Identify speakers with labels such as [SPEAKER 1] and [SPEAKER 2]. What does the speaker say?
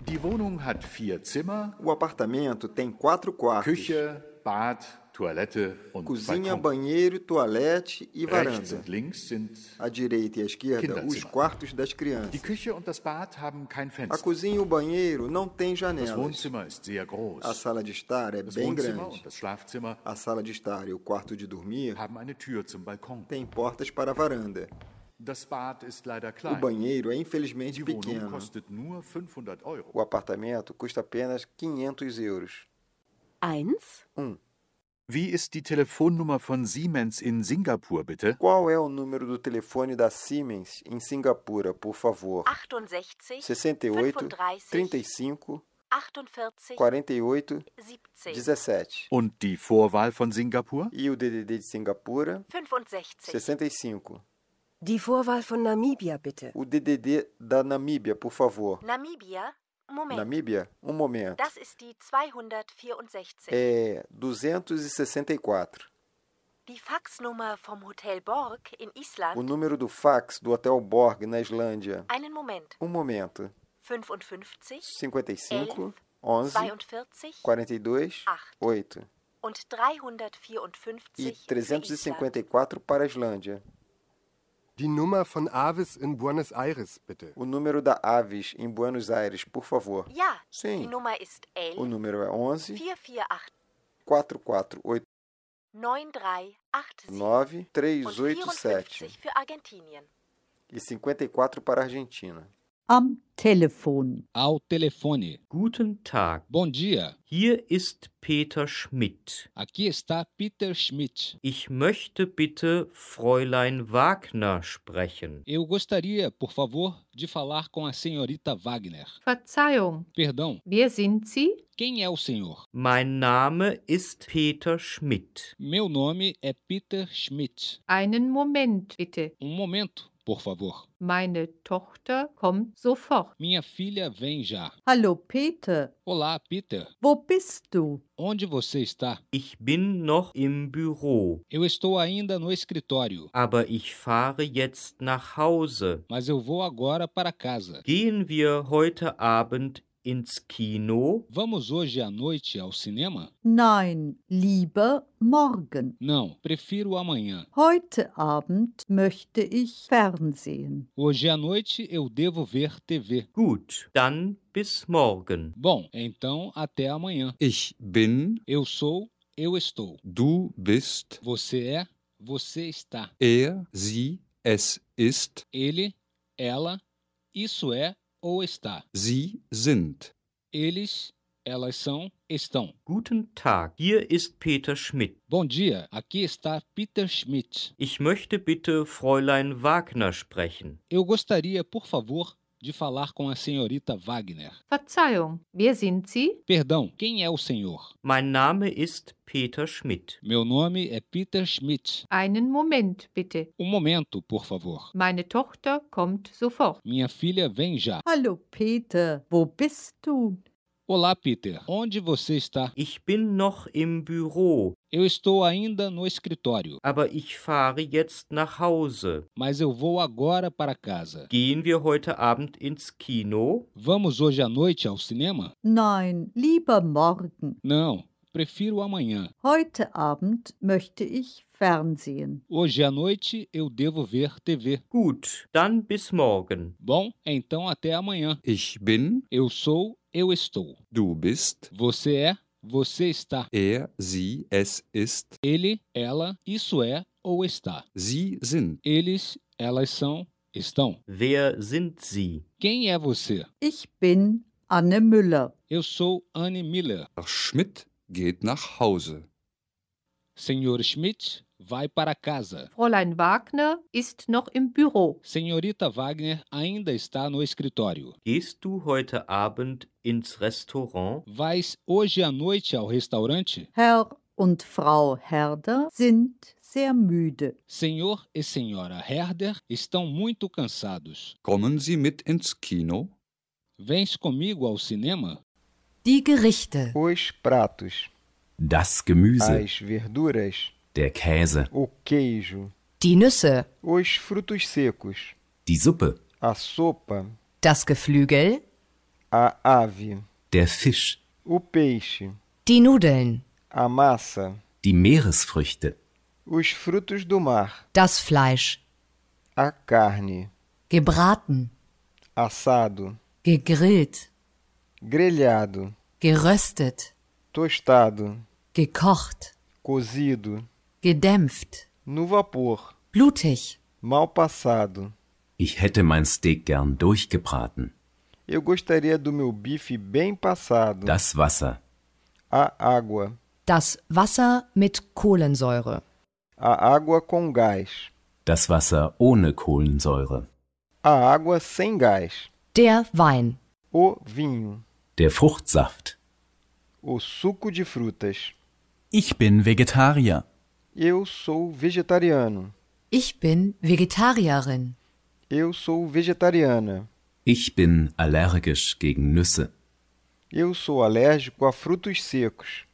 [SPEAKER 1] Die Wohnung hat vier Zimmer,
[SPEAKER 2] O apartamento tem quatro quartos:
[SPEAKER 1] Küche, Bad, Toilette und
[SPEAKER 2] cozinha,
[SPEAKER 1] Balkon.
[SPEAKER 2] banheiro, toalete e
[SPEAKER 1] Rechts
[SPEAKER 2] varanda.
[SPEAKER 1] und links sind
[SPEAKER 2] À direita e à esquerda, os
[SPEAKER 1] Kinderzimmer.
[SPEAKER 2] quartos das
[SPEAKER 1] die
[SPEAKER 2] crianças.
[SPEAKER 1] Küche und das Bad haben kein
[SPEAKER 2] A
[SPEAKER 1] Fenster.
[SPEAKER 2] cozinha e o banheiro não têm
[SPEAKER 1] Ah, Das
[SPEAKER 2] janelas.
[SPEAKER 1] Wohnzimmer ist sehr
[SPEAKER 2] A
[SPEAKER 1] groß.
[SPEAKER 2] sala de estar é
[SPEAKER 1] Das
[SPEAKER 2] bem
[SPEAKER 1] Wohnzimmer und
[SPEAKER 2] grande.
[SPEAKER 1] das Schlafzimmer
[SPEAKER 2] A sala de estar e o quarto de dormir
[SPEAKER 1] haben eine Tür zum Balkon.
[SPEAKER 2] têm portas para a varanda.
[SPEAKER 1] Das Bad ist leider
[SPEAKER 2] O
[SPEAKER 1] klein.
[SPEAKER 2] banheiro é infelizmente
[SPEAKER 1] Die Wohnung
[SPEAKER 2] pequeno.
[SPEAKER 1] kostet nur 500 Euro.
[SPEAKER 2] O apartamento custa apenas 500 euros.
[SPEAKER 3] 1,
[SPEAKER 1] Wie ist die Telefonnummer von Siemens in Singapur, bitte?
[SPEAKER 2] Qual é o número do telefone da Siemens em Singapura, por favor?
[SPEAKER 3] 68,
[SPEAKER 2] 68
[SPEAKER 3] 35,
[SPEAKER 2] 35
[SPEAKER 3] 48,
[SPEAKER 2] 48
[SPEAKER 3] 70,
[SPEAKER 2] 17.
[SPEAKER 1] Und die Vorwahl von Singapur?
[SPEAKER 2] E o DDD de Singapura,
[SPEAKER 3] 65.
[SPEAKER 2] 65.
[SPEAKER 4] Die Vorwahl von Namibia bitte.
[SPEAKER 2] O DDD da Namíbia, por favor.
[SPEAKER 3] Um Namibia, Moment,
[SPEAKER 2] Namíbia, um momento.
[SPEAKER 3] das ist die 264.
[SPEAKER 2] É 264.
[SPEAKER 3] Die Faxnummer vom Hotel Borg in
[SPEAKER 2] O
[SPEAKER 3] Island,
[SPEAKER 2] número do fax do Hotel Borg, na Islândia.
[SPEAKER 3] einen Moment,
[SPEAKER 2] Um momento.
[SPEAKER 3] 55,
[SPEAKER 2] 55,
[SPEAKER 3] Elf,
[SPEAKER 2] 11,
[SPEAKER 3] 42
[SPEAKER 2] 42,
[SPEAKER 3] Acht.
[SPEAKER 2] 8.
[SPEAKER 3] und
[SPEAKER 2] E
[SPEAKER 3] 354 für Island.
[SPEAKER 2] 354 para a Islândia.
[SPEAKER 5] Die Nummer von Avis in Buenos Aires, bitte.
[SPEAKER 2] O número da Aves em Buenos Aires, por favor.
[SPEAKER 3] Ja,
[SPEAKER 2] Sim.
[SPEAKER 3] die Nummer ist
[SPEAKER 2] O
[SPEAKER 3] 11
[SPEAKER 2] número é 11
[SPEAKER 3] 448
[SPEAKER 2] 448 9 387
[SPEAKER 3] 9387 und 54 für Argentinien.
[SPEAKER 2] e 54 para a Argentina.
[SPEAKER 6] Am Telefon.
[SPEAKER 7] Ao telefone.
[SPEAKER 8] Guten Tag,
[SPEAKER 7] Bom dia,
[SPEAKER 8] hier ist Peter Schmidt.
[SPEAKER 7] aqui está Peter Schmidt.
[SPEAKER 8] Ich möchte bitte Fräulein Wagner sprechen.
[SPEAKER 7] Eu gostaria, por favor, de falar com a senhorita Wagner.
[SPEAKER 9] Verzeihung,
[SPEAKER 7] Perdão,
[SPEAKER 9] wer sind Sie?
[SPEAKER 7] quem é o senhor?
[SPEAKER 8] Mein Name ist Peter Schmidt.
[SPEAKER 7] Meu nome é Peter Schmidt.
[SPEAKER 9] Einen Moment bitte.
[SPEAKER 7] Um momento, por favor.
[SPEAKER 9] Meine Tochter kommt sofort.
[SPEAKER 7] Minha filha vem já.
[SPEAKER 6] Hallo Peter,
[SPEAKER 7] Olá, Peter.
[SPEAKER 6] wo bist du?
[SPEAKER 7] Onde você está?
[SPEAKER 8] Ich bin noch im Büro,
[SPEAKER 7] Eu estou ainda no escritório,
[SPEAKER 8] aber ich fahre jetzt nach Hause.
[SPEAKER 7] mas eu vou agora para casa.
[SPEAKER 8] Gehen wir heute Abend ins Kino?
[SPEAKER 7] Vamos hoje à noite ao cinema?
[SPEAKER 6] Nein, lieber morgen.
[SPEAKER 7] Não, prefiro amanhã.
[SPEAKER 6] Heute Abend möchte ich Fernsehen.
[SPEAKER 7] Hoje à noite eu devo ver TV.
[SPEAKER 8] Gut, dann bis morgen.
[SPEAKER 7] Bom, então até amanhã.
[SPEAKER 10] Ich bin,
[SPEAKER 7] Eu sou, eu estou.
[SPEAKER 10] du bist,
[SPEAKER 7] Você é, você está.
[SPEAKER 10] er, sie, es ist,
[SPEAKER 7] Ele, ela, isso é ou está.
[SPEAKER 10] sie sind.
[SPEAKER 7] Eles, elas são, estão.
[SPEAKER 8] Guten Tag, hier ist Peter Schmidt.
[SPEAKER 7] Bom dia, aqui está Peter Schmidt.
[SPEAKER 8] Ich möchte bitte Fräulein Wagner sprechen.
[SPEAKER 7] Eu gostaria, por favor, de falar com a senhorita Wagner.
[SPEAKER 9] Verzeihung, wer sind Sie?
[SPEAKER 7] Perdão, quem é o senhor?
[SPEAKER 8] Mein Name ist Peter Schmidt.
[SPEAKER 7] Meu nome é Peter Schmidt.
[SPEAKER 9] Einen Moment bitte.
[SPEAKER 7] Um momento, por favor.
[SPEAKER 9] Meine Tochter kommt sofort.
[SPEAKER 7] Minha filha vem já.
[SPEAKER 6] Hallo Peter, wo bist du?
[SPEAKER 7] Olá, Peter. Onde você está?
[SPEAKER 8] Ich bin noch im Büro,
[SPEAKER 7] Eu estou ainda no escritório,
[SPEAKER 8] aber ich fahre jetzt nach Hause.
[SPEAKER 7] mas eu vou agora para casa.
[SPEAKER 8] Gehen wir heute Abend ins Kino?
[SPEAKER 7] Vamos hoje à noite ao cinema?
[SPEAKER 6] Nein, lieber morgen.
[SPEAKER 7] Não, prefiro amanhã.
[SPEAKER 6] Heute Abend möchte ich Fernsehen.
[SPEAKER 7] Hoje à noite eu devo ver TV.
[SPEAKER 8] Gut, dann bis morgen.
[SPEAKER 7] Bom, então até amanhã.
[SPEAKER 10] Ich bin,
[SPEAKER 7] Eu sou, eu estou.
[SPEAKER 10] du bist,
[SPEAKER 7] Você é, você está.
[SPEAKER 10] er, sie, es ist,
[SPEAKER 7] Ele, ela, isso é ou está.
[SPEAKER 10] sie sind.
[SPEAKER 7] Eles, elas são, estão.
[SPEAKER 8] Wer sind Sie?
[SPEAKER 7] Quem é você?
[SPEAKER 6] Ich bin Anne Müller.
[SPEAKER 7] Eu sou Anne Miller.
[SPEAKER 10] Herr Schmidt geht nach Hause.
[SPEAKER 7] Senhor Schmidt vai para casa.
[SPEAKER 9] Fräulein Wagner ist noch im Büro.
[SPEAKER 7] Senhorita Wagner ainda está no escritório.
[SPEAKER 8] Gehst du heute Abend ins Restaurant?
[SPEAKER 7] Vais hoje à noite ao restaurante?
[SPEAKER 6] Herr und Frau Herder sind sehr müde.
[SPEAKER 7] Senhor e senhora Herder estão muito cansados.
[SPEAKER 10] Kommen Sie mit ins Kino?
[SPEAKER 7] Vens comigo ao cinema?
[SPEAKER 4] Die Gerichte.
[SPEAKER 2] É. Os pratos,
[SPEAKER 11] Das Gemüse,
[SPEAKER 2] as verduras,
[SPEAKER 11] der Käse,
[SPEAKER 2] o queijo,
[SPEAKER 4] Die Nüsse.
[SPEAKER 2] os frutos secos,
[SPEAKER 11] die Suppe,
[SPEAKER 2] a sopa,
[SPEAKER 4] Das Geflügel.
[SPEAKER 2] a ave,
[SPEAKER 10] der Fisch,
[SPEAKER 2] o peixe,
[SPEAKER 6] Die Nudeln.
[SPEAKER 2] a massa,
[SPEAKER 10] die Meeresfrüchte,
[SPEAKER 2] os frutos do mar,
[SPEAKER 6] Das Fleisch.
[SPEAKER 2] a carne,
[SPEAKER 6] Gebraten.
[SPEAKER 2] assado,
[SPEAKER 6] Gegrillt.
[SPEAKER 2] grelhado,
[SPEAKER 6] Geröstet.
[SPEAKER 2] tostado,
[SPEAKER 6] Gekocht.
[SPEAKER 2] cozido,
[SPEAKER 6] Gedämpft.
[SPEAKER 2] no vapor,
[SPEAKER 6] Blutig.
[SPEAKER 2] mal passado.
[SPEAKER 10] ich hätte mein Steak gern durchgebraten,
[SPEAKER 2] Eu gostaria do meu bife bem passado.
[SPEAKER 10] das Wasser,
[SPEAKER 2] A água,
[SPEAKER 6] Das Wasser mit Kohlensäure.
[SPEAKER 2] a água com gás,
[SPEAKER 10] das Wasser ohne Kohlensäure,
[SPEAKER 2] a água sem gás,
[SPEAKER 6] Der Wein.
[SPEAKER 2] o vinho,
[SPEAKER 10] der Fruchtsaft.
[SPEAKER 2] o suco de frutas.
[SPEAKER 12] Ich bin Vegetarier.
[SPEAKER 2] Eu sou vegetariano.
[SPEAKER 6] Ich bin Vegetarierin.
[SPEAKER 2] Eu sou vegetariana.
[SPEAKER 10] Ich bin allergisch gegen Nüsse.
[SPEAKER 2] Eu sou alérgico a frutos secos.